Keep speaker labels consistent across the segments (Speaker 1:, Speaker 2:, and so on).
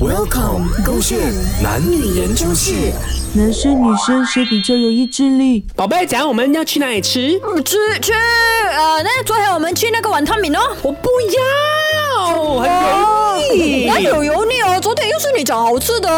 Speaker 1: Welcome，勾线男女研究室。
Speaker 2: 男生女生谁比较有意志力？
Speaker 3: 宝贝，讲我们要去哪里吃？
Speaker 4: 嗯，去去，呃，那昨天我们去那个碗汤米哦，
Speaker 3: 我不要，很油腻，
Speaker 4: 那有油腻哦，昨天又是你讲好吃的，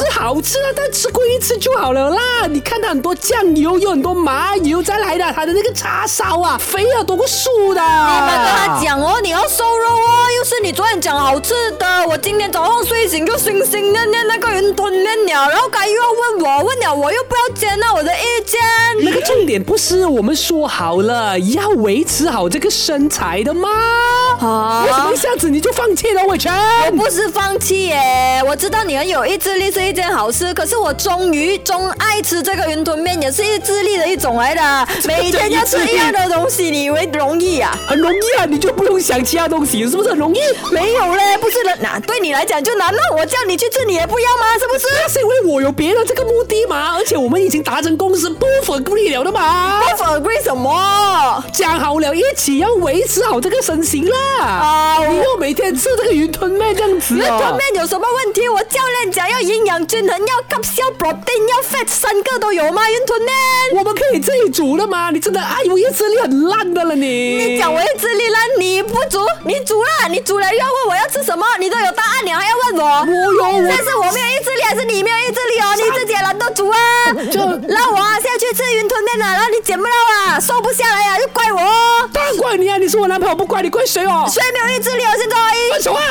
Speaker 3: 是好吃啊，但吃过一次就好了啦。你看它很多酱油，有很多麻油，再来的它的那个叉烧啊，肥啊多过素的。
Speaker 4: 你们跟他哎讲哦，你要瘦肉哦，又是你昨天讲好吃的，我今天早上睡醒就心心念念那个云吞面了，然后他又要问我，问了我又不要接纳我的意见，
Speaker 3: 那个重点不是我们说好了要维持好这个身材的吗？
Speaker 4: 啊
Speaker 3: 为什么一下子你就放弃了伟权？
Speaker 4: 我不是放弃耶，我知道你很有意志力是一件好事，可是我终于钟爱吃这个云吞面，也是意志力的一种来的。每天要吃一样的东西，你以为容易啊？
Speaker 3: 很容易啊，你就不用想其他东西，是不是很容易？
Speaker 4: 没有嘞，不是的，那、对你来讲就难了。我叫你去吃，你也不要吗？是不是？
Speaker 3: 那是因为我有别的这个目的嘛，而且我们已经达成共识，不分不了的嘛。
Speaker 4: 不 agree 哦什么？
Speaker 3: 讲好了，一起要维持好这个身形啦。
Speaker 4: 啊我
Speaker 3: 你要每天吃这个云吞面这样子、哦。
Speaker 4: 云吞面有什么问题？我教练讲要营养均衡，要 c a p protein，要 fat，三个都有吗？云吞面。
Speaker 3: 我们可以自己煮的嘛？你真的哎呦，意志力很烂的了你。
Speaker 4: 你讲我意志力烂，你不足，你足了，你足了又要问我要吃什么，你都有答案，你还要问我？
Speaker 3: 我有我
Speaker 4: 但是我没有意志力，还是你没有意志力哦？你自己也懒得煮啊！
Speaker 3: 这
Speaker 4: 让我啊，下去吃云吞面了，然后你减不到啊，瘦不下来啊，就怪我哦，
Speaker 3: 当然怪你啊！你是我男朋友，不怪你，怪谁哦？
Speaker 4: 所以没有意志力哦，现在。
Speaker 3: 分手啊！